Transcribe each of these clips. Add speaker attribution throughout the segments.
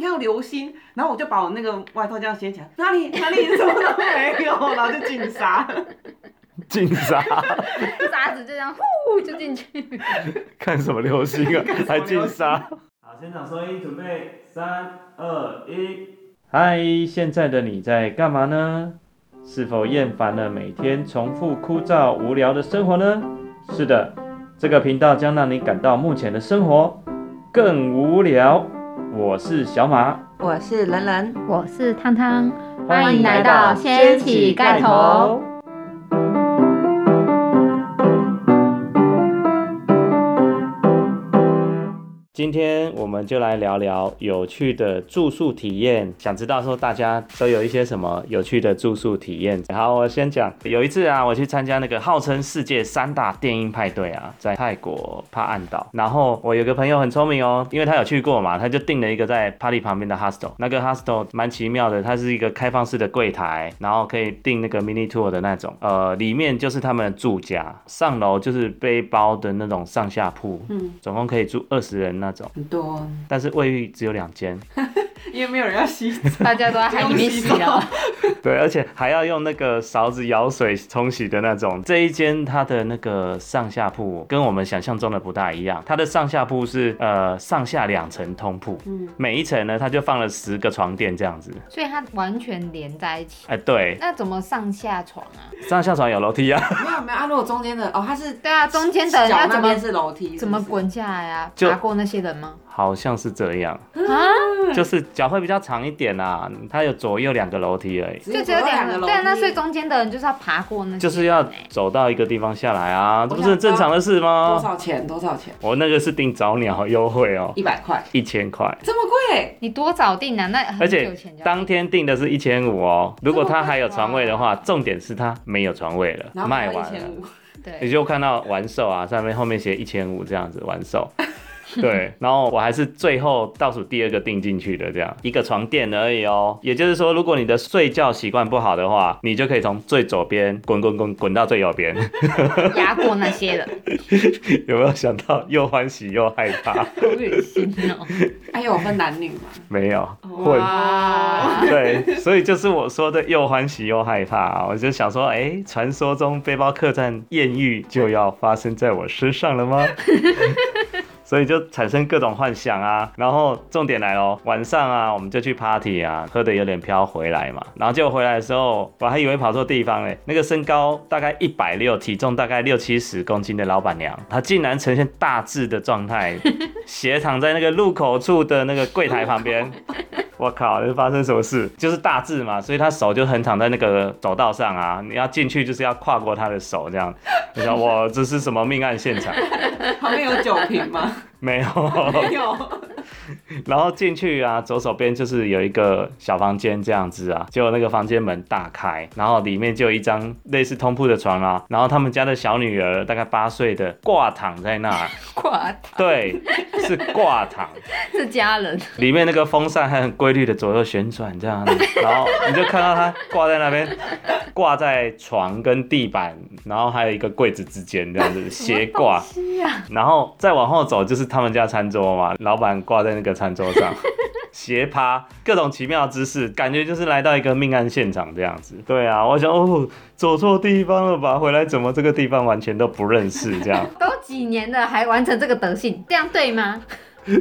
Speaker 1: 到流星，然后我就把我那个外套这样掀起来，哪里哪里什么都没有，然后就进沙。
Speaker 2: 进沙
Speaker 3: 沙子就这样呼就进去。
Speaker 2: 看什么流星啊
Speaker 1: 看什么流，星
Speaker 2: 还进沙。
Speaker 4: 好，现场收音，准备，三、二、一。嗨，现在的你在干嘛呢？是否厌烦了每天重复枯燥无聊的生活呢？是的，这个频道将让你感到目前的生活更无聊。我是小马，
Speaker 5: 我是人人，
Speaker 3: 我是汤汤，
Speaker 4: 欢迎来到
Speaker 3: 掀
Speaker 4: 起
Speaker 3: 盖。。
Speaker 4: 今天我们就来聊聊有趣的住宿体验，想知道说大家都有一些什么有趣的住宿体验。好，我先讲，有一次啊，我去参加那个号称世界三大电音派对啊，在泰国帕岸岛。然后我有个朋友很聪明哦，因为他有去过嘛，他就订了一个在帕利旁边的 hostel。那个 hostel 蛮奇妙的，它是一个开放式的柜台，然后可以订那个 mini tour 的那种，呃，里面就是他们的住家，上楼就是背包的那种上下铺，
Speaker 1: 嗯，
Speaker 4: 总共可以住二十人那种，
Speaker 1: 很多，
Speaker 4: 但是卫浴只有两间，
Speaker 1: 因为没有人要洗澡，
Speaker 3: 大家都在海里面洗了，
Speaker 4: 对，而且还要用那个勺子舀水冲洗的那种。这一间它的那个上下铺跟我们想象中的不大一样，它的上下铺是呃上下两层通铺，
Speaker 1: 嗯
Speaker 4: 每一层呢它就放了十个床垫这样子，
Speaker 3: 所以它完全连在一起。
Speaker 4: 哎、对，
Speaker 3: 那怎么上下床啊？
Speaker 4: 上下床有楼梯啊，
Speaker 5: 没有没有啊，如果中间的哦，他是
Speaker 3: 对啊，中间的人
Speaker 1: 脚
Speaker 3: 要
Speaker 1: 那
Speaker 3: 怎么
Speaker 1: 边是楼梯，
Speaker 3: 怎么？滚下来啊？
Speaker 4: 就
Speaker 3: 爬过那些人吗？
Speaker 4: 好像是这样，
Speaker 3: 啊，
Speaker 4: 就是脚会比较长一点啦、它有左右两个楼梯而已。
Speaker 3: 就只有两个，
Speaker 1: 楼
Speaker 3: 对啊，
Speaker 1: 梯。
Speaker 3: 那所以中间的人就是要爬过那些人欸，
Speaker 4: 就是要走到一个地方下来啊，这不是
Speaker 1: 我
Speaker 4: 很
Speaker 1: 想知道
Speaker 4: 正常的事
Speaker 1: 多
Speaker 4: 吗？
Speaker 1: 少钱？多少钱？
Speaker 4: 哦我那个是订早鸟优惠哦，
Speaker 1: 一百块，
Speaker 4: 一千块。
Speaker 1: 这么贵？
Speaker 3: 你多早定啊？那
Speaker 4: 而
Speaker 3: 很
Speaker 4: 且
Speaker 3: 久前就要
Speaker 4: 当天订的是一千五哦，如果他还有床位的话，
Speaker 3: 这
Speaker 4: 重
Speaker 3: 么贵啊
Speaker 4: 点是他没有床位了，
Speaker 1: 然后
Speaker 4: 卖
Speaker 1: 卖一
Speaker 4: 完
Speaker 1: 千
Speaker 4: 了，
Speaker 1: 五，
Speaker 4: 你
Speaker 3: 对，
Speaker 4: 就看到完售啊，上面后面写一千五这样子完售。对，然后我还是最后倒数第二个订进去的，这样一个床垫而已哦。也就是说，如果你的睡觉习惯不好的话，你就可以从最左边滚滚滚滚到最右边。
Speaker 3: 压过那些人，
Speaker 4: 有没有想到又欢喜又害怕？
Speaker 3: 好恶心哦！
Speaker 1: 哎呦，有分男女嘛？
Speaker 4: 没有混
Speaker 3: 哇，
Speaker 4: 对，所以就是我说的又欢喜又害怕啊！我就想说，哎、传说中背包客栈艳遇就要发生在我身上了吗？所以就产生各种幻想啊，然后重点来咯，晚上啊，我们就去 party 啊，喝的有点飘回来嘛，然后结果回来的时候，我还以为跑错地方嘞，那个身高大概一百六，体重大概六七十公斤的老板娘，她竟然呈现大致的状态，斜躺在那个入口处的那个柜台旁边，我靠，这发生什么事？就是大字嘛，所以他手就横躺在那个走道上啊，你要进去就是要跨过他的手这样。你想，哇，这是什么命案现场？
Speaker 1: 旁边有酒瓶吗？
Speaker 4: 没有。
Speaker 1: 没 有，
Speaker 4: 然后进去啊，左手边就是有一个小房间这样子啊，结果那个房间门大开，然后里面就有一张类似通铺的床啊，然后他们家的小女儿大概八岁的挂躺在那儿，
Speaker 3: 挂
Speaker 4: 对，是挂躺。
Speaker 3: 是家人，
Speaker 4: 里面那个风扇还很规律的左右旋转这样子，啊然后你就看到它挂在那边，挂在床跟地板，然后还有一个柜子之间这样子斜挂，然后再往后走就是他们家餐桌嘛，老板挂在那个餐桌上。斜趴，各种奇妙的姿势，感觉就是来到一个命案现场这样子。对啊，我想哦，走错地方了吧？回来怎么这个地方完全都不认识？这样
Speaker 3: 都几年了还完成这个德性，这样对吗？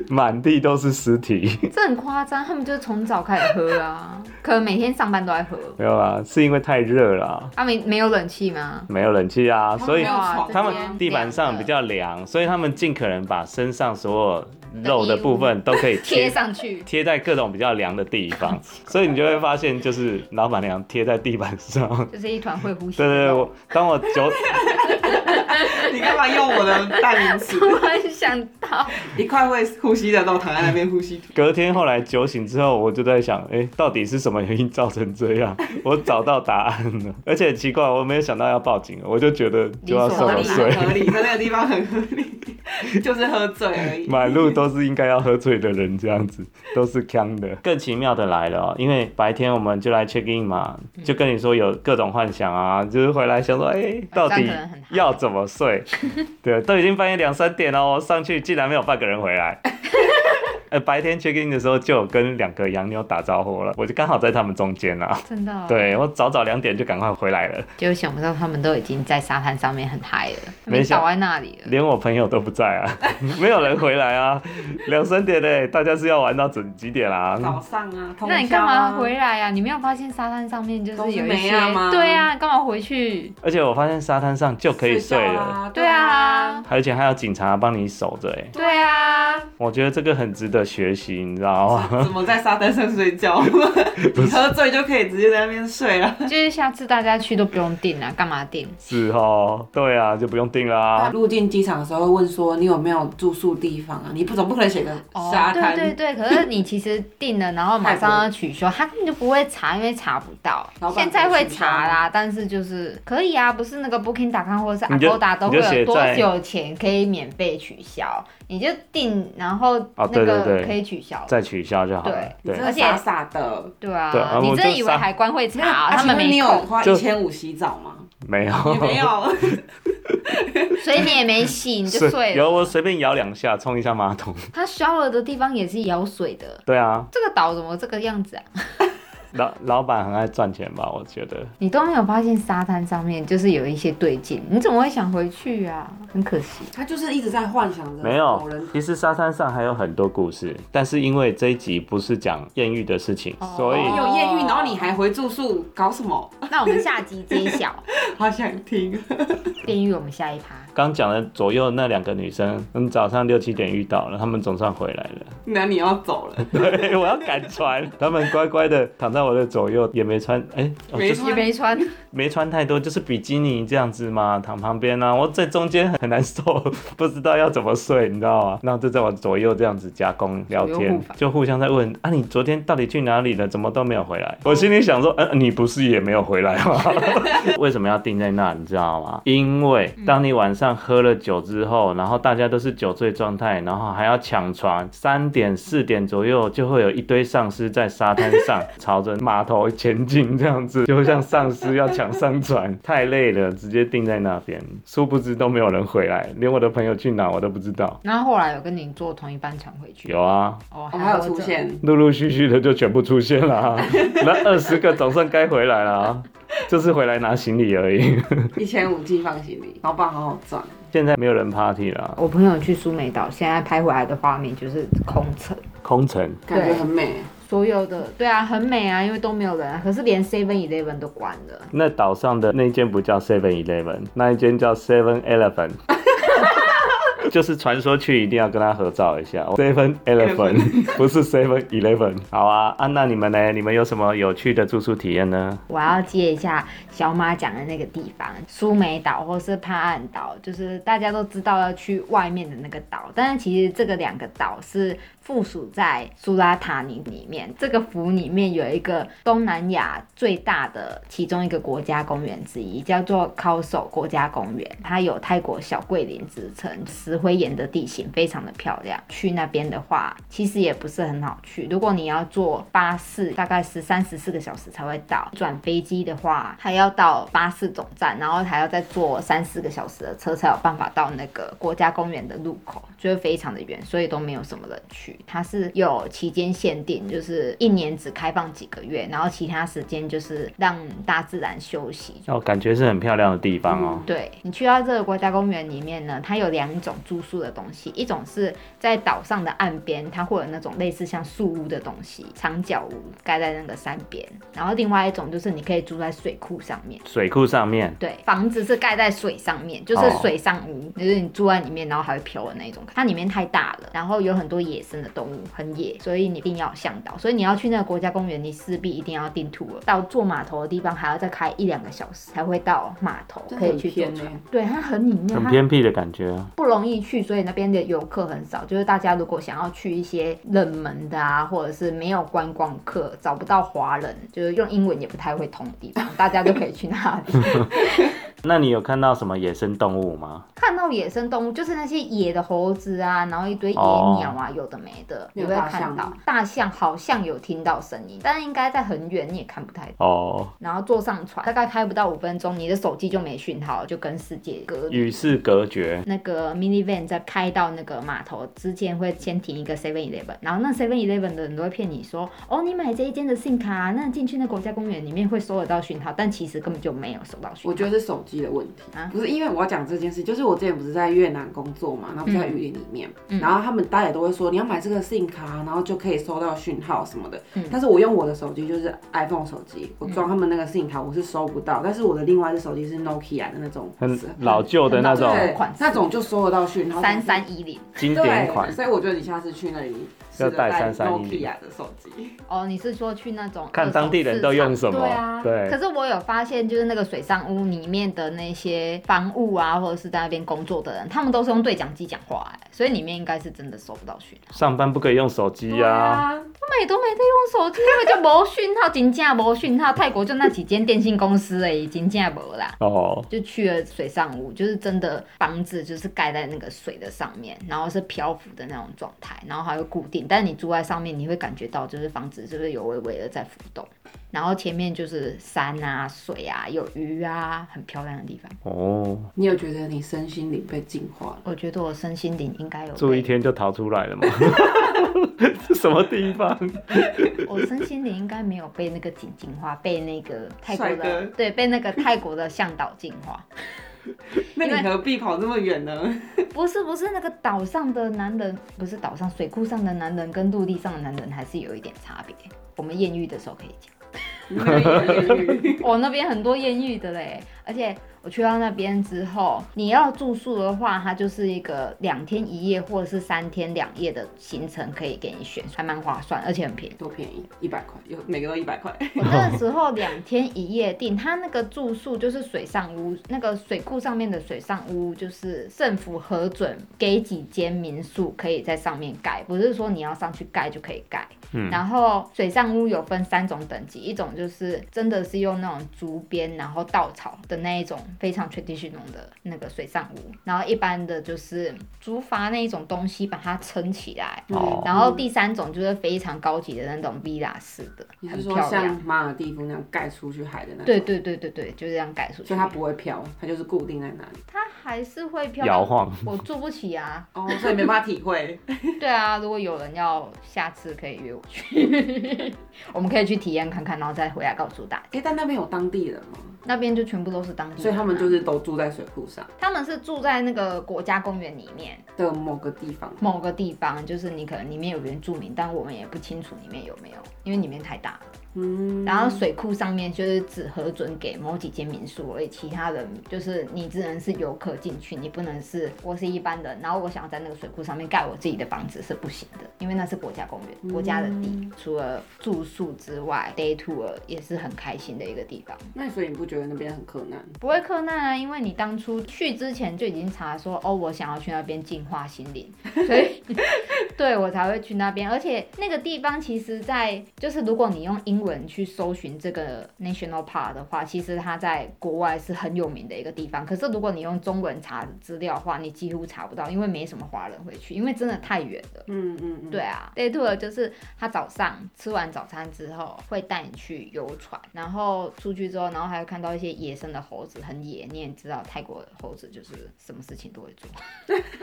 Speaker 4: 满地都是尸体。
Speaker 3: 这很夸张，他们就是从早开始喝 啊，可能每天上班都在喝。
Speaker 4: 没有啦，是因为太热了啊。
Speaker 3: 他们没有冷气吗？
Speaker 4: 没有冷气啊，
Speaker 1: 们
Speaker 4: 所以
Speaker 1: 没有床
Speaker 4: 他
Speaker 1: 这边
Speaker 4: 们地板上比较凉，所以他们尽可能把身上所有肉的部分都可以
Speaker 3: 贴
Speaker 4: 贴
Speaker 3: 上去，
Speaker 4: 贴在各种比较凉的地 方，所以你就会发现，就是老板娘贴在地板上。
Speaker 3: 就是一团会呼吸。
Speaker 4: 对对对，，我当我九
Speaker 1: 你干嘛用我的代名 词？
Speaker 3: 突然想 到，
Speaker 1: 一块会呼吸的肉躺在那边呼吸吐。
Speaker 4: 隔天后来酒醒之后，我就在想，哎、到底是什么原因造成这样？ 我找到答案了，而且很奇怪，我没有想到要报警，我就觉得就要
Speaker 3: 理
Speaker 4: 受
Speaker 3: 所
Speaker 1: 合
Speaker 4: 了
Speaker 1: 理，
Speaker 3: 当
Speaker 4: 罪。
Speaker 3: 然
Speaker 1: 合理，在那个地方很合理， 就是喝醉而已。
Speaker 4: 满路都是应该要喝醉的人，这样子都是呛的。 更奇妙的来了、哦，因为白天我们就来 check in 嘛，就跟你说有各种幻想啊，就是回来想说，哎、到
Speaker 3: 晚上
Speaker 4: 底
Speaker 3: 可能很嗨
Speaker 4: 要怎么睡？对，都已经半夜两三点了，我上去竟然没有半个人回来。 呃，白天 check in 的时候就有跟两个洋妞打招呼了，我就刚好在他们中间啊。
Speaker 3: 真的、哦。
Speaker 4: 对我早早两点就赶快回来了，
Speaker 3: 就想不到他们都已经在沙滩上面很嗨了，他
Speaker 4: 没
Speaker 3: 们
Speaker 4: 想
Speaker 3: 倒在那里了。
Speaker 4: 连我朋友都不在啊， 没有人回来啊，两三点嘞，大家是要玩到几几点啦、
Speaker 1: 早上啊，通宵啊
Speaker 3: 那你干嘛回？来呀、啊？你没有发现沙滩上面就
Speaker 1: 都
Speaker 3: 是
Speaker 1: 是
Speaker 3: 有一
Speaker 1: 梅
Speaker 3: 些
Speaker 1: 亚吗
Speaker 3: 对啊，干嘛回去？
Speaker 4: 而且我发现沙滩上就可以睡
Speaker 1: 觉
Speaker 4: 了，
Speaker 1: 啊
Speaker 3: 对，啊，
Speaker 4: 而且还有警察帮你守着、欸，
Speaker 3: 对啊，
Speaker 4: 我觉得这个很值得学习，你知道 吗？
Speaker 1: 怎么在沙滩上睡觉？你喝醉就可以直接在那边睡了。
Speaker 3: 就是下次大家去都不用订啊，干嘛订？
Speaker 4: 是哦，对啊，就不用订
Speaker 5: 那
Speaker 4: 啦。
Speaker 5: 入境机场的时候问说你有没有住宿地方啊？你不总不可能写个沙滩，
Speaker 3: 哦对对对，可是你其实订了，然后马上要取消，他根本就不会查，因为查不到
Speaker 5: 老。板
Speaker 3: 现在会查啦，但是就是可以啊，不是那个 Booking.com 或者是
Speaker 4: 你就
Speaker 3: Agoda 都会
Speaker 4: 你就写
Speaker 3: 有多
Speaker 4: 在
Speaker 3: 久前可以免费取消，你就订，然后那
Speaker 4: 哦对对
Speaker 3: 个
Speaker 4: 对
Speaker 3: 可以取消。
Speaker 4: 再取消就好了。
Speaker 5: 你
Speaker 4: 对
Speaker 5: 真，的傻傻的。
Speaker 3: 对
Speaker 4: 对
Speaker 3: 啊
Speaker 4: 啊，
Speaker 3: 你
Speaker 4: 我
Speaker 3: 真的
Speaker 4: 就
Speaker 3: 以为
Speaker 4: 上
Speaker 3: 海关会查？
Speaker 5: 啊
Speaker 3: 他们
Speaker 5: 请问你
Speaker 3: 没
Speaker 5: 有
Speaker 3: 空，
Speaker 5: 花
Speaker 4: 就
Speaker 5: 一千五洗澡 吗？
Speaker 4: 没有，
Speaker 1: 你没有，
Speaker 3: 所以你也没洗，你就睡
Speaker 4: 有
Speaker 3: 了。
Speaker 4: 我随便摇两下，冲一下马桶。
Speaker 3: 他烧了的地方也是舀水的。
Speaker 4: 对啊，
Speaker 3: 这个岛怎么这个样子啊？
Speaker 4: 老老板很爱赚钱吧？我觉得
Speaker 3: 你都没有发现沙滩上面就是有一些对劲，你怎么会想回去啊？很可惜。
Speaker 5: 他就是一直在幻想着
Speaker 4: 没
Speaker 5: 某
Speaker 4: 有
Speaker 5: 人。
Speaker 4: 其实沙滩上还有很多故事，但是因为这一集不是讲艳遇的事情，
Speaker 3: 哦
Speaker 4: 所以
Speaker 5: 你有艳遇，然后你还回住宿，搞什么？
Speaker 3: 那我们下集揭晓，
Speaker 1: 好想听。
Speaker 3: 便于我们下一趴。
Speaker 4: 刚讲的左右那两个女生，嗯，早上六七点遇到了，她们总算回来了。
Speaker 1: 那你要走了，
Speaker 3: 哦
Speaker 4: 对， 我要赶船，她们乖乖的躺在我的左右，也没穿，哎、哦
Speaker 1: 没
Speaker 4: 就
Speaker 1: 穿
Speaker 4: 是
Speaker 3: 也没穿，
Speaker 4: 没穿太多，就是比基尼这样子嘛，躺旁边啊，我在中间很很难受， 不知道要怎么睡，你知道吗？然后就在我左右这样子加工聊
Speaker 3: 左右
Speaker 4: 天
Speaker 3: 护法，
Speaker 4: 就互相在问啊，你昨天到底去哪里了？怎么都没有回来？我心里想说，呃，你不是也没有回来吗？ 为什么要定在那？你知道吗？因为当你晚上喝了酒之后，然后大家都是酒醉状态，然后还要抢船，三点四点左右就会有一堆丧尸在沙滩上 朝着码头前进，这样子就像丧尸要抢上船， 太累了，直接定在那边。殊不知都没有人回来，连我的朋友去哪我都不知道。
Speaker 3: 然后后来有跟你坐同一班船回去，
Speaker 4: 有啊，
Speaker 3: 哦，
Speaker 5: 我还有
Speaker 3: 活着
Speaker 5: 出，现，
Speaker 4: 陆陆续续的就全部出现了啊、那二十个总算该回来了啊，就是回来拿行李而已。
Speaker 5: 一千五寄放行李，老板好好赚。
Speaker 4: 现在没有人 party 了啊，
Speaker 3: 我朋友去苏梅岛，现在拍回来的画面就是空城，
Speaker 4: 空城。
Speaker 5: 感觉很美。
Speaker 3: 所有的对啊，很美啊，因为都没有人啊，可是连 Seven Eleven 都关了，
Speaker 4: 那岛上的那间不叫 Seven Eleven，那一间叫 Seven Elephant。就是传说去一定要跟他合照一下，Seven Elephant 不是 Seven Eleven。好啊，啊，那你们呢？你们有什么有趣的住宿体验呢？
Speaker 3: 我要接一下小马讲的那个地方，苏梅岛或是帕岸岛，就是大家都知道要去外面的那个岛，但是其实这个两个岛是附属在苏拉塔尼里面。这个府里面有一个东南亚最大的其中一个国家公园之一，叫做考首国家公园，它有泰国小桂林之称，石灰岩的地形非常的漂亮。去那边的话，其实也不是很好去，如果你要坐巴士，大概是三十四个小时才会到；转飞机的话，还要到巴士总站，然后还要再坐三四个小时的车才有办法到那个国家公园的入口，就是非常的远，所以都没有什么人去。它是有期间限定，就是一年只开放几个月，然后其他时间就是让大自然休息，
Speaker 4: 哦，感觉是很漂亮的地方哦。
Speaker 3: 对你去到这个国家公园里面呢，它有两种住宿的东西，一种是在岛上的岸边，它会有那种类似像树屋的东西，长脚屋盖在那个山边，然后另外一种就是你可以住在水库上面。
Speaker 4: 水库上面，
Speaker 3: 对，房子是盖在水上面，就是
Speaker 4: 哦
Speaker 3: 水上屋，就是你住在里面，然后还会飘的那一种。它里面太大了，然后有很多野生的动物，很野，所以你一定要有向导。所以你要去那个国家公园，你势必一定要订 tour。到坐码头的地方还要再开一两个小时才会到码头，
Speaker 5: 真的
Speaker 3: 可以
Speaker 5: 很
Speaker 3: 去坐
Speaker 5: 偏
Speaker 3: 船
Speaker 5: 欸。
Speaker 3: 对，它很里面，
Speaker 4: 很
Speaker 3: 它
Speaker 4: 偏僻的感觉啊。
Speaker 3: 不容易去，所以那边的游客很少。就是大家如果想要去一些冷门的啊，或者是没有观光客、找不到华人，就是用英文也不太会通的地方，大家就可以去那里。
Speaker 4: 那你有看到什么野生动物吗？
Speaker 3: 看看到野生动物，就是那些野的猴子啊，然后一堆野
Speaker 4: 哦
Speaker 3: 鸟啊，有的没的，
Speaker 5: 有
Speaker 3: 你会
Speaker 5: 大
Speaker 3: 看
Speaker 5: 象
Speaker 3: 到
Speaker 5: 吗
Speaker 3: 大象好像有听到声音，但应该在很远，你也看不太到。
Speaker 4: 哦，
Speaker 3: 然后坐上船，大概开不到五分钟，你的手机就没讯号，就跟世界隔离。
Speaker 4: 与世隔绝，
Speaker 3: 那个 minivan 在开到那个码头之前，会先停一个 Seven Eleven，然后那 Seven Eleven 的人都会骗你说，哦，你买这一间的信卡，那进去那国家公园里面会收得到讯号，但其实根本就没有收到讯
Speaker 5: 我
Speaker 3: 号。
Speaker 5: 觉得是手机的问题，
Speaker 3: 啊
Speaker 5: 不是因为我要讲这件事，就是我之前不是在越南工作嘛，然后不是在雨林里面，
Speaker 3: 嗯
Speaker 5: 然后他们大家也都会说你要买这个 SIM 卡，啊然后就可以收到讯号什么的。
Speaker 3: 嗯
Speaker 5: 但是我用我的手机就是 iPhone 手机，我装他们那个 SIM 卡我是收不到，但是我的另外一只手机是 Nokia 的那种，
Speaker 4: 很
Speaker 5: 是
Speaker 4: 老旧的那种
Speaker 3: 很老
Speaker 5: 对
Speaker 3: 旧款式
Speaker 5: 那种就收得到讯号。
Speaker 3: 三三一零
Speaker 4: 经典款
Speaker 5: 对，。所以我觉得你下次去那里
Speaker 4: 要
Speaker 5: 试着
Speaker 4: 带
Speaker 5: 带
Speaker 4: 3310
Speaker 5: Nokia 的手机，
Speaker 3: 哦，你是说去那种
Speaker 4: 看
Speaker 3: 二手
Speaker 4: 当地人都用什么
Speaker 3: 市场对啊，
Speaker 4: 对
Speaker 3: 可是我有发现，就是那个水上屋里面的那些房务啊，或者是在那边工作的人，他们都是用对讲机讲话、哎，所以里面应该是真的收不到讯号。
Speaker 4: 上班不可以用手机
Speaker 5: 对
Speaker 4: 呀、啊，
Speaker 5: 啊，
Speaker 3: 他们也都没在用手机，因为就没讯号，真正没讯号。泰国就那几间电信公司而已，真正没啦。
Speaker 4: 哦，
Speaker 3: 就去了水上屋，就是真的房子就是盖在那个水的上面，然后是漂浮的那种状态，然后还会固定，但你住在上面，你会感觉到就是房子是不是有微微的在浮动，然后前面就是山啊、水啊、有鱼啊，很漂亮的地方。
Speaker 4: 哦，
Speaker 5: 你有觉得你身心灵被净化了？
Speaker 3: 我觉得我身心灵应该有
Speaker 4: 住一
Speaker 3: 被，
Speaker 4: 天就逃出来了嘛，这 什么地方？
Speaker 3: 我身心灵应该没有被那个景净化，被那个泰国
Speaker 1: 帅
Speaker 3: 的
Speaker 1: 哥
Speaker 3: 对，被那个泰国的向导净化。
Speaker 1: 那
Speaker 3: 因为
Speaker 1: 你何必跑这么远呢？
Speaker 3: 不是不是，那个岛上的男人，不是岛上水库上的男人跟陆地上的男人还是有一点差别。我们艳遇的时候可以讲，哦
Speaker 1: 那个也也 也
Speaker 3: 我、那边很多艳遇的嘞，而且我去到那边之后，你要住宿的话，它就是一个两天一夜或者是三天两夜的行程可以给你选，还蛮划算，而且很便宜。
Speaker 5: 多便宜，
Speaker 1: 一百块，有每个都一百块。
Speaker 3: 我
Speaker 4: 哦
Speaker 3: 那时候两天一夜订，它那个住宿就是水上屋，那个水库上面的水上屋，就是政府核准给几间民宿可以在上面盖，不是说你要上去盖就可以盖。
Speaker 4: 嗯
Speaker 3: 然后水上屋有分三种等级，一种就是真的是用那种竹编然后稻草的那一种非常 traditional 的那个水上屋，然后一般的就是竹筏那一种东西把它撑起来。
Speaker 5: 嗯
Speaker 4: 哦
Speaker 3: 然后第三种就是非常高级的那种 villa 式的，
Speaker 5: 你
Speaker 3: 很
Speaker 5: 是说
Speaker 3: 漂亮。
Speaker 5: 像马尔蒂夫那样盖出去海的那种？
Speaker 3: 对，对对对对，就是这样改出去。
Speaker 5: 所以它不会飘，它就是固定在那里。
Speaker 3: 它还是会飘
Speaker 4: 摇晃，
Speaker 3: 我住不起啊。
Speaker 1: 哦，所以没办法体 会。
Speaker 3: 对啊，如果有人要，下次可以约我去， 我们可以去体验看看，然后再回来告诉大家。
Speaker 5: 哎、但那边有当地人吗？
Speaker 3: 那边就全部都是当地人啊，
Speaker 5: 所以他们就是都住在水库上
Speaker 3: 他们是住在那个国家公园里面
Speaker 5: 的某个地方。
Speaker 3: 某个地方，就是你可能里面有原住民，但我们也不清楚里面有没有，因为里面太大了。
Speaker 5: 嗯，
Speaker 3: 然后水库上面就是只核准给某几间民宿而已，其他人就是你只能是游客进去，你不能是我是一般人，然后我想要在那个水库上面盖我自己的房子是不行的，因为那是国家公园、国家的地。除了住宿之外，day tour 也是很开心的一个地方，
Speaker 5: 那所以你不觉得那边很困难？
Speaker 3: 不会困难啊，因为你当初去之前就已经查说哦，我想要去那边净化心灵，所以对我才会去那边。而且那个地方其实在，就是如果你用英文去搜寻这个 national park 的话，其实它在国外是很有名的一个地方。可是如果你用中文查资料的话，你几乎查不到，因为没什么华人会去，因为真的太远了。
Speaker 5: 嗯嗯嗯，
Speaker 3: 对啊，day tour 就是他早上吃完早餐之后会带你去游船，然后出去之后，然后还会看到一些野生的猴子，很野。你也知道泰国的猴子就是什么事情都会做，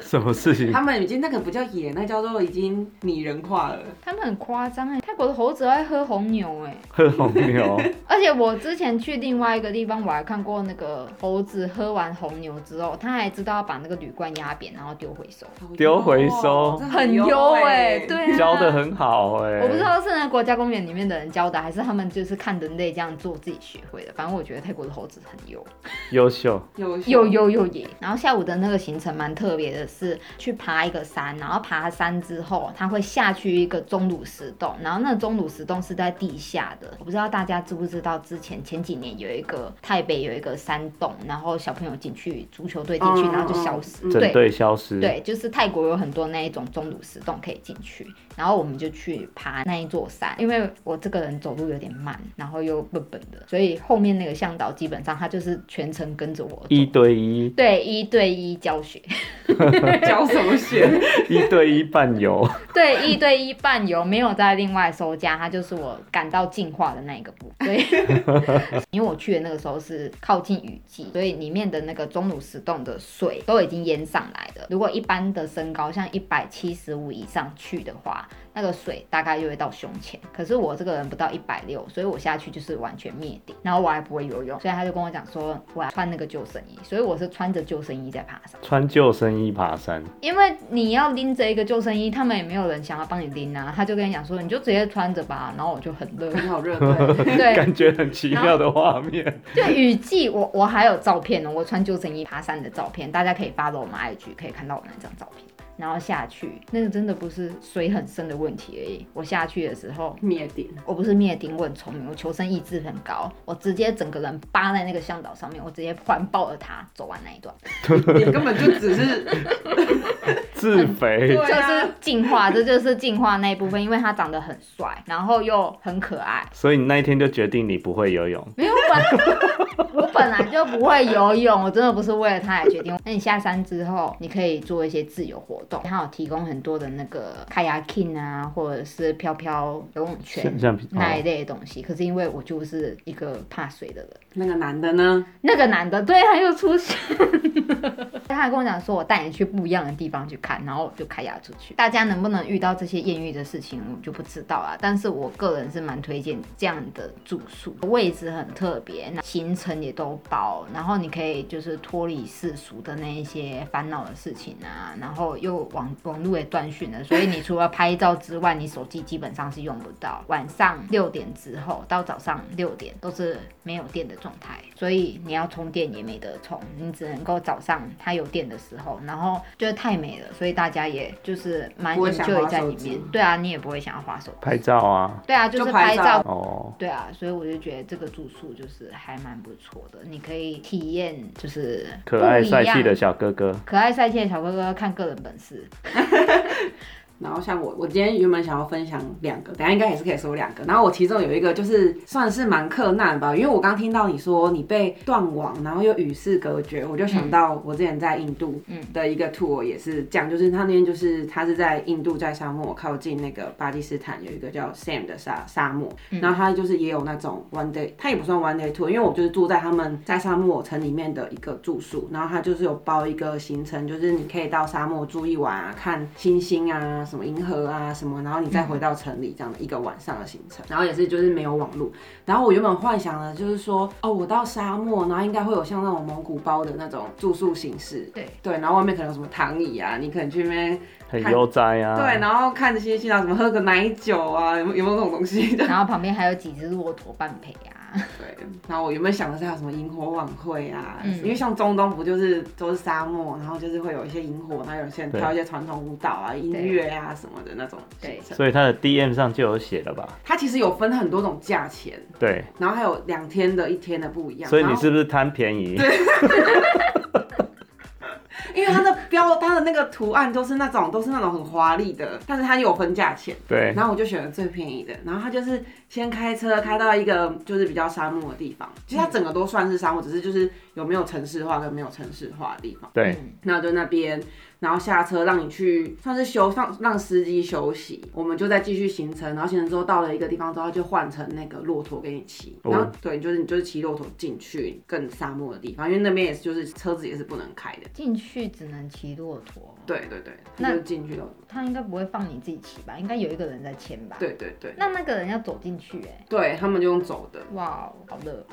Speaker 4: 什么事情？
Speaker 5: 他们已经那个不叫野，那叫做已经拟人化了。
Speaker 3: 他们很夸张哎，泰国的猴子爱喝红牛哎、
Speaker 4: 喝红 牛，
Speaker 3: 而且我之前去另外一个地方，我还看过那个猴子喝完红牛之后，他还知道要把那个铝罐压扁，然后丢回收，
Speaker 4: 丢回收
Speaker 5: 这
Speaker 3: 很优
Speaker 5: 优
Speaker 3: 哎、
Speaker 5: 欸
Speaker 3: 对啊，
Speaker 4: 教的很好哎、
Speaker 3: 我不知道是那国家公园里面的人教的，还是他们就是看人类这样做自己学会的。反正我觉得泰国的猴子很优，
Speaker 4: 优秀，
Speaker 1: 有
Speaker 3: 又优又野。然后下午的那个行程蛮特别的是，去爬一个山，然后爬山之后，它会下去一个钟乳石洞，然后那个钟乳石洞是在地下，下的。我不知道大家知不知道，之前前几年有一个台北有一个山洞，然后小朋友进去足球队进去，
Speaker 1: 嗯
Speaker 3: 然后就消失。
Speaker 1: 嗯嗯
Speaker 3: 对
Speaker 4: 整队消失，，
Speaker 3: 对，就是泰国有很多那一种钟乳石洞可以进去，然后我们就去爬那一座山，因为我这个人走路有点慢，然后又笨笨的，所以后面那个向导基本上他就是全程跟着我走。
Speaker 4: 一对一，
Speaker 3: 对一对一教学，
Speaker 1: 教什么学？
Speaker 4: 一对一伴游，
Speaker 3: 对一对一伴游，没有再另外收价，它就是我感到进化的那一个部分。所以因为我去的那个时候是靠近雨季，所以里面的那个钟乳石洞的水都已经淹上来了。如果一般的身高像一百七十五以上去的话，那个水大概就会到胸前。可是我这个人不到一百六，所以我下去就是完全灭顶，然后我还不会游泳，所以他就跟我讲说我要穿那个救生衣，所以我是穿着救生衣在爬山。
Speaker 4: 穿救生衣爬山，
Speaker 3: 因为你要拎着一个救生衣，他们也没有人想要帮你拎啊，他就跟你讲说，你就直接穿着吧。然后我就很 热，
Speaker 1: 很好热，对，
Speaker 3: 对，
Speaker 4: 感觉很奇妙的画面。
Speaker 3: 就雨季，我我还有照片呢，我穿救生衣爬山的照片，大家可以 follow 我们 IG，可以看到我那张照片。然后下去，那个真的不是水很深的问题而已。我下去的时候，
Speaker 1: 灭顶。
Speaker 3: 我不是灭顶，我很聪明，我求生意志很高，我直接整个人扒在那个向导上面，我直接环抱了他走完那一段。
Speaker 1: 你根本就只是
Speaker 4: 自肥，
Speaker 1: 对
Speaker 3: 就
Speaker 1: 啊
Speaker 3: 是进化，这就是进化那一部分，因为他长得很帅，然后又很可爱。
Speaker 4: 所以你那一天就决定你不会游泳，
Speaker 3: 没有我本，我本来就不会游泳，我真的不是为了他来决定。哎那你下山之后，你可以做一些自由活动，他有提供很多的那个 kayaking 啊，或者是飘飘游泳圈
Speaker 4: 像像
Speaker 3: 那一类的东西。可是因为我就是一个怕水的人，
Speaker 1: 那个男的呢，
Speaker 3: 那个男的，对，他又出现了。他还跟我讲说，我带你去不一样的地方去看，然后我就开牙出去。大家能不能遇到这些艳遇的事情，我就不知道啊。但是我个人是蛮推荐这样的住宿，位置很特别，那行程也都包，然后你可以就是脱离世俗的那一些烦恼的事情啊，然后又网网络也断讯了，所以你除了拍照之外，你手机基本上是用不到。晚上六点之后到早上六点都是没有电的状态，所以你要充电也没得充，你只能够早上它有电的时候，然后就是太美了，所以大家也就是蛮
Speaker 1: 不会想
Speaker 3: enjoy
Speaker 1: 滑
Speaker 3: 在
Speaker 1: 手
Speaker 3: 里面
Speaker 1: 机。
Speaker 3: 对啊，你也不会想要划手机。
Speaker 4: 拍照啊，
Speaker 3: 对啊，就
Speaker 1: 就是拍
Speaker 3: 拍照
Speaker 1: 照
Speaker 4: 哦，
Speaker 3: 对啊，所以我就觉得这个住宿就是还蛮不错的，你可以体验就是
Speaker 4: 可爱
Speaker 3: 不一
Speaker 4: 帅气的
Speaker 3: 样
Speaker 4: 小哥哥，
Speaker 3: 可爱帅气的小哥哥，看个人本事。
Speaker 1: 然后像我，我今天原本想要分享两个，等一下应该也是可以说两个。然后我其中有一个就是算是蛮克难吧，因为我刚听到你说你被断网，然后又与世隔绝，我就想到我之前在印度的一个 tour 也是这样，就是他那边就是他是在印度在沙漠靠近那个巴基斯坦有一个叫 Sam 的沙沙漠，然后他就是也有那种 one day，他也不算 one day tour，因为我就是住在他们在沙漠城里面的一个住宿，然后他就是有包一个行程，就是你可以到沙漠住一晚啊，看星星啊，什么银河啊什么，然后你再回到城里这样的一个晚上的行程，然后也是就是没有网络，然后我原本幻想的就是说，哦，我到沙漠，然后应该会有像那种蒙古包的那种住宿形式，
Speaker 3: 对
Speaker 1: 对，然后外面可能有什么躺椅啊，你可能去那边
Speaker 4: 很
Speaker 1: 看
Speaker 4: 悠哉啊，
Speaker 1: 对，然后看着星星啊，什么喝个奶酒啊，有没有有没有这种东西？
Speaker 3: 然后旁边还有几只骆驼伴陪啊。
Speaker 1: 对，然后我原本想的是还有什么萤火晚会啊，
Speaker 3: 嗯
Speaker 1: 因为像中东不就是都是沙漠，然后就是会有一些萤火，然后有些人跳一些传统舞蹈啊、音乐啊什么的那种行
Speaker 3: 对
Speaker 1: 程。
Speaker 4: 所以他的 DM 上就有写了吧？
Speaker 1: 它其实有分很多种价钱，
Speaker 4: 对，
Speaker 1: 然后还有两天的、一天的不一样。
Speaker 4: 所以你
Speaker 1: 然后
Speaker 4: 是不是贪便宜？
Speaker 1: 因为它的标、它的那个图案都是那种都是那种很华丽的，但是它有分价钱。
Speaker 4: 对，
Speaker 1: 然后我就选了最便宜的，然后他就是先开车开到一个就是比较沙漠的地方，其实它整个都算是沙漠，只是就是有没有城市化跟没有城市化的地方。
Speaker 4: 对，
Speaker 3: 嗯
Speaker 1: 那就那边，然后下车让你去算是休让让司机休息，我们就再继续行程，然后行程之后到了一个地方之后，他就换成那个骆驼给你骑，
Speaker 4: 哦
Speaker 1: 然后对，就是你就是骑骆驼进去更沙漠的地方，因为那边也是就是车子也是不能开的。
Speaker 3: 进去只能骑骆驼，
Speaker 1: 对对对，
Speaker 3: 那
Speaker 1: 那就进去了。
Speaker 3: 他应该不会放你自己骑吧？应该有一个人在牵吧？。
Speaker 1: 对对对，
Speaker 3: 那那个人要走进去哎、
Speaker 1: 对他们就用走的，
Speaker 3: 哇，好热。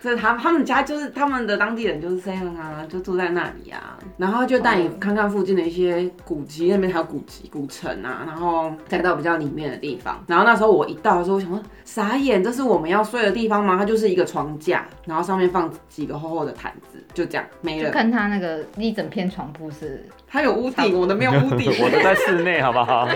Speaker 1: 这他他们家就是他们的当地人就是这样啊，就住在那里啊，然后就带你看看附近的一些古迹，那边还有古迹、古城啊，然后再到比较里面的地方。然后那时候我一到的时候，我想说傻眼，这是我们要睡的地方吗？它就是一个床架，然后上面放几个厚厚的毯子，就这样没
Speaker 3: 就
Speaker 1: 了。
Speaker 3: 看他那个一整片床铺是，
Speaker 4: 。
Speaker 1: 它有屋顶，我的没有屋顶
Speaker 4: 我的在室内好不好？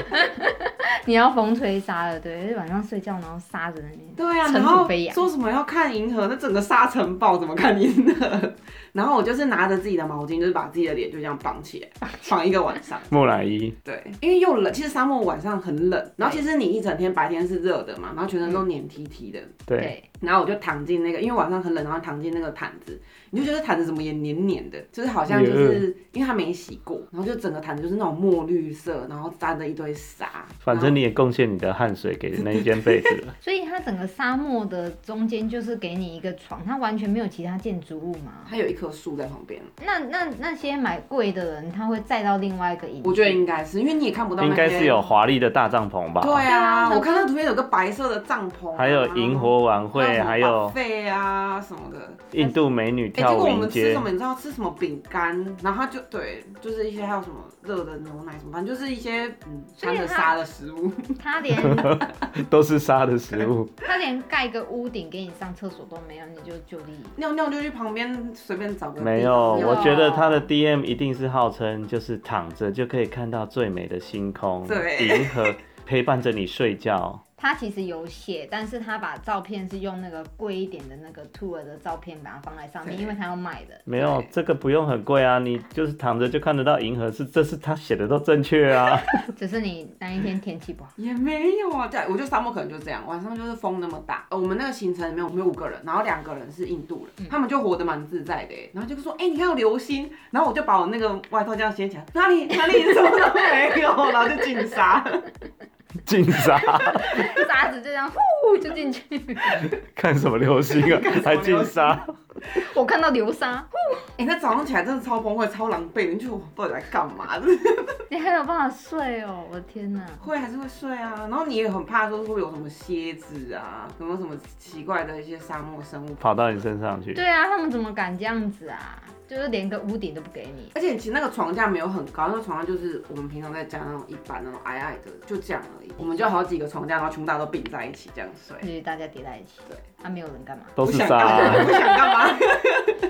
Speaker 3: 你要风吹沙了，对，就是晚上睡觉然后沙子在那边，
Speaker 1: 对啊，
Speaker 3: 尘
Speaker 1: 然
Speaker 3: 土
Speaker 1: 后
Speaker 3: 飞扬。
Speaker 1: 说什么要看银河，那整个沙尘暴怎么看银河？然后我就是拿着自己的毛巾，就是把自己的脸就这样绑起来，绑一个晚上。
Speaker 4: 木乃伊，
Speaker 1: 对，因为又冷，其实沙漠晚上很冷，然后其实你一整天白天是热的嘛，然后全
Speaker 4: 嗯
Speaker 1: 身都黏 T T 的，
Speaker 4: 对，
Speaker 3: 对，
Speaker 1: 然后我就躺进那个，因为晚上很冷，然后躺进那个毯子，你就觉得毯子怎么也黏黏的，就是好像
Speaker 4: 嗯
Speaker 1: 就是因为它没洗过，然后就整个毯子就是那种墨绿色，然后沾着一堆沙，
Speaker 4: 反正你也贡献你的汗水给那一间 被子了，
Speaker 3: 所以它整个沙漠的中间就是给你一个床，它完全没有其他建筑物嘛。
Speaker 1: 它有一棵树在旁边，
Speaker 3: 那那那些买贵的人，他会载到另外一个营区，
Speaker 1: 我觉得应该是因为你也看不到，
Speaker 4: 应该是有。华丽的大帐篷吧？
Speaker 1: 对
Speaker 3: 啊
Speaker 1: 啊，我看到图片有个白色的帐篷啊、
Speaker 4: 还有萤火晚会，还有
Speaker 1: 费啊什么的。
Speaker 4: 印度美女
Speaker 1: 哎、
Speaker 4: 跳
Speaker 1: 结果
Speaker 4: 舞
Speaker 1: 我们
Speaker 4: 迎
Speaker 1: 吃
Speaker 4: 接
Speaker 1: 什，么？你知道吃什么饼干？然后它就对，就是一些还有什么热的牛奶什么，反正就是一些嗯
Speaker 3: 所
Speaker 1: 掺
Speaker 3: 以它
Speaker 1: 着沙的食物。
Speaker 3: 他连
Speaker 4: 都是沙的食物。
Speaker 3: 他连盖个屋顶给你上厕所都没有，你就就地
Speaker 1: 尿尿就去旁边随便找个地方。
Speaker 4: 没有，
Speaker 3: 有
Speaker 4: 我觉得他的 DM 一定是号称就是躺着就可以看到最美的星空，
Speaker 1: 对
Speaker 4: 银河陪伴着你睡觉。
Speaker 3: 他其实有写，但是他把照片是用那个贵一点的那个 tour 的照片把它放在上面，
Speaker 1: 对
Speaker 3: 因为他要卖的。
Speaker 4: 没有，这个不用很贵啊，你就是躺着就看得到银河，是这是他写的都正确啊。
Speaker 3: 只是你那一天天气不好，
Speaker 1: 也没有啊，对，我觉得沙漠可能就这样，晚上就是风那么大。呃我们那个行程里面，我们有五个人，然后两个人是印度人，他们就活得蛮自在的耶。然后就说，哎、你看有流星，然后我就把我那个外套这样掀起来，哪里哪里什么都没有，然后就进 沙。
Speaker 4: 进 沙
Speaker 3: 沙子就这样呼就进去。
Speaker 4: 看什么流星 啊，还进沙，
Speaker 3: 我看到流沙，
Speaker 1: 哎、那早上起来真的超崩溃、超狼狈的，你就觉得我到底在干嘛？
Speaker 3: 你还有办法睡哦！我的天哪，
Speaker 1: 会还是会睡啊，然后你也很怕说会有什么蝎子啊，有没有什么奇怪的一些沙漠生物
Speaker 4: 跑到你身上去。
Speaker 3: 对啊，他们怎么敢这样子啊？就是连个屋顶都不给你。
Speaker 1: 而且其实那个床架没有很高，那个床架就是我们平常在家那种一般那种矮矮的，就这样而已。我们就好几个床架，然后全部大家都并在一起这样睡，
Speaker 3: 所以大家叠在一起，
Speaker 1: 对，
Speaker 3: 啊，没有人干嘛？
Speaker 4: 都是
Speaker 1: 不想
Speaker 4: 沙、
Speaker 1: 干嘛，
Speaker 4: 啊。
Speaker 1: 不想干嘛。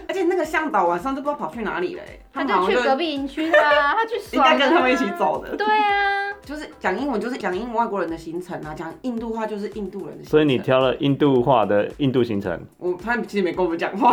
Speaker 1: 而且那个向导晚上都不知道跑去哪里了、欸，
Speaker 3: 他
Speaker 1: 们好
Speaker 3: 就
Speaker 1: 像
Speaker 3: 去隔壁营啊区啦，他去
Speaker 1: 应
Speaker 3: 爽啊
Speaker 1: 该跟他们一起。走的。
Speaker 3: 对啊，
Speaker 1: 就是讲英文，就是讲英外国人的行程啊，讲印度话就是印度人的行程。
Speaker 4: 所以你挑了印度化的印度 行程，
Speaker 1: 我他们其实没跟我们讲话，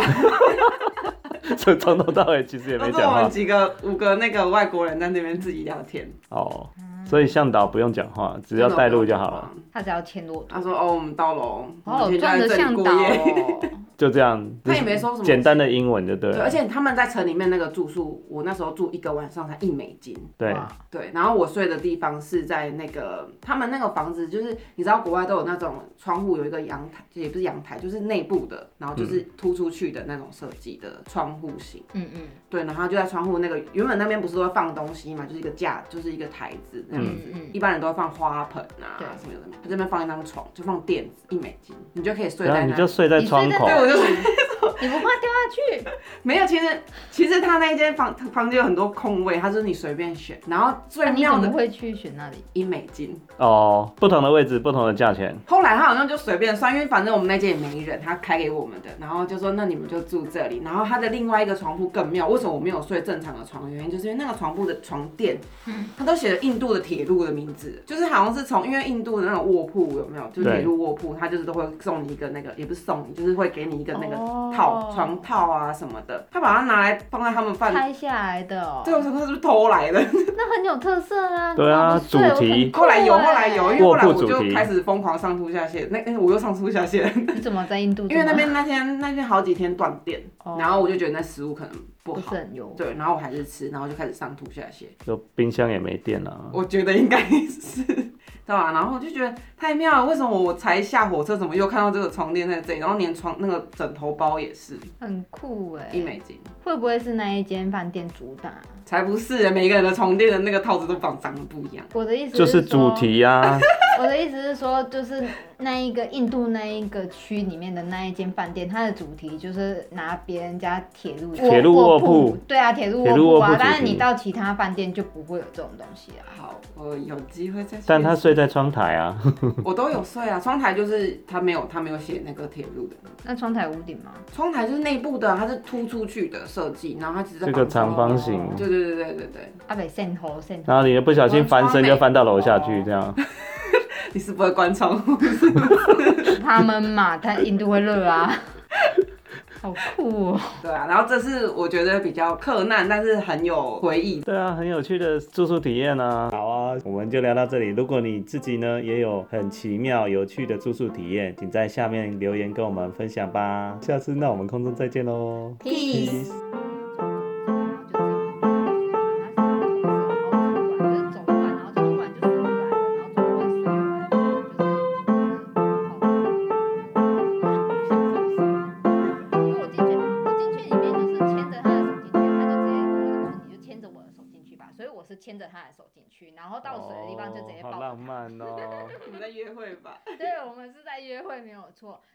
Speaker 4: 所以从头到尾其实也
Speaker 1: 都
Speaker 4: 没
Speaker 1: 是
Speaker 4: 讲
Speaker 1: 我们
Speaker 4: 话
Speaker 1: 几个五个那个外国人在那边自己聊天，
Speaker 4: 哦。所以向导不用讲话，只要带路就好了。。
Speaker 3: 他只要牵骆驼，
Speaker 1: 他说：“哦，我们到喽，我
Speaker 3: 好有
Speaker 1: 们
Speaker 3: 赚
Speaker 1: 现在在这
Speaker 3: 的
Speaker 1: 里
Speaker 3: 向
Speaker 1: 过
Speaker 3: 导
Speaker 1: 夜。
Speaker 3: 哦。
Speaker 4: 就这样，
Speaker 1: 他也没说什么
Speaker 4: 简单的英文就对
Speaker 1: 对，
Speaker 4: 了
Speaker 1: 而。且他们在城里面那个住宿，我那时候住一个晚上才一美金。
Speaker 4: 对，
Speaker 3: 哇
Speaker 1: 对，然后我睡的地方是在那个他们那个房子，就是你知道国外都有那种窗户有一个阳台，也不是阳台，就是内部的，然后就是
Speaker 4: 嗯
Speaker 1: 突出去的那种设计的窗户型。
Speaker 3: 嗯嗯
Speaker 1: 对，然后就在窗户那个原本那边不是都会放东西嘛，就是一个架，就是一个台子那样子。
Speaker 3: 嗯嗯，
Speaker 1: 一般人都会放花盆啊
Speaker 3: 对，
Speaker 1: 什么有的没有，他这边放一张床，就放垫子，一美金，你就可以睡
Speaker 4: 然
Speaker 1: 在
Speaker 4: 后啊你
Speaker 1: 那
Speaker 4: 就
Speaker 1: 里。
Speaker 4: 睡在
Speaker 3: 你睡
Speaker 4: 窗
Speaker 3: 在
Speaker 4: 口，
Speaker 1: 对，我就睡
Speaker 3: 你不怕掉下去？
Speaker 1: 没有，其实其实他那一间房房间有很多空位，他说你随便选，然后最
Speaker 3: 那啊你
Speaker 1: 妙
Speaker 3: 怎么
Speaker 1: 的
Speaker 3: 会去选那里？
Speaker 1: 一美金。
Speaker 4: 哦，不同的位置不同的价钱，
Speaker 1: 后来他好像就随便算，因为反正我们那间也没人，他开给我们的，然后就说那你们就住这里。然后他的另外一个床铺更妙，为什么我没有睡正常的床？原因就是因为那个床铺的床垫，
Speaker 3: 嗯
Speaker 1: 他都写了印度的铁路的名字，就是好像是从因为印度的那种卧铺有没有，就是
Speaker 4: 对
Speaker 1: 铁路卧铺，他就是都会送你一个那个，也不是送你，就是会给你一个那个
Speaker 3: 哦
Speaker 1: 套、床套啊什么的，他把它拿来放在他们饭
Speaker 3: 拍下来的哦，
Speaker 1: 对，我想他是不是偷来的？
Speaker 3: 那很有特色啊。
Speaker 4: 对啊
Speaker 3: 搞不睡
Speaker 4: 主题
Speaker 1: 后来有，
Speaker 3: 欸
Speaker 1: 后来有，因为
Speaker 4: 卧
Speaker 1: 后来
Speaker 4: 铺
Speaker 1: 我
Speaker 4: 主
Speaker 1: 就
Speaker 4: 题
Speaker 1: 开始疯狂上吐下泻。那、那哎我又上吐下泻，
Speaker 3: 你怎么在印度？
Speaker 1: 因为那边那天那天好几天断电，
Speaker 3: 啊哦
Speaker 1: 然后我就觉得那食物可能不
Speaker 3: 不
Speaker 1: 好
Speaker 3: 是。很油，
Speaker 1: 对，然后我还是吃，然后就开始上吐下泻。
Speaker 4: 就冰箱也没电了啊。
Speaker 1: 我觉得应该是，对吧、然后我就觉得太妙了，为什么我才下火车，怎么又看到这个床垫在这里？然后连床那个枕头包也是
Speaker 3: 很酷哎。
Speaker 1: 一美金，
Speaker 3: 会不会是那一间饭店主打？
Speaker 1: 才不是！每个人的床垫的那个套子都长长得不一样。
Speaker 3: 我的意思
Speaker 4: 就是
Speaker 3: 说
Speaker 4: 主。题啊呀、
Speaker 3: 我的意思是说，就是那一个印度那一个区里面的那一间饭店，它的主题就是拿别人家铁路
Speaker 4: 铁路卧铺
Speaker 3: 铺，对啊，铁路
Speaker 4: 铁路
Speaker 3: 卧
Speaker 4: 卧
Speaker 3: 铺
Speaker 4: 铺
Speaker 3: 啊。
Speaker 4: 主
Speaker 3: 但是你
Speaker 4: 题
Speaker 3: 到其他饭店就不会有这种东西啊。
Speaker 1: 好，我有机会再去。
Speaker 4: 但他睡在窗台 啊，
Speaker 1: 我都有睡啊，窗台就是它没有，它没有写那个铁路的，
Speaker 3: 那窗台屋顶吗？
Speaker 1: 窗台就是内部的啊，它是突出去的设计，然后它只是
Speaker 4: 这个长方形，
Speaker 1: 对对对对对对，
Speaker 3: 啊阿北渗透渗透。
Speaker 4: 哦然后你又不小心翻身就翻到楼下去，这样
Speaker 1: 你是不会关窗 户，
Speaker 3: 他们嘛，他印度会热啊， 好酷哦！
Speaker 1: 对啊。然后这是我觉得比较克难，但是很有回忆。
Speaker 2: 对啊，很有趣的住宿体验啊。
Speaker 4: 好啊，我们就聊到这里。如果你自己呢也有很奇妙有趣的住宿体验，请在下面留言跟我们分享吧。下次那我们空中再见喽。
Speaker 3: Peace 牵着他的手进去，然后到水的地方就直接
Speaker 2: 哦
Speaker 3: 抱
Speaker 2: 好
Speaker 3: 着他。
Speaker 2: 浪漫哦。
Speaker 1: 你们在约会吧？
Speaker 3: 对，我们是在约会，没有错。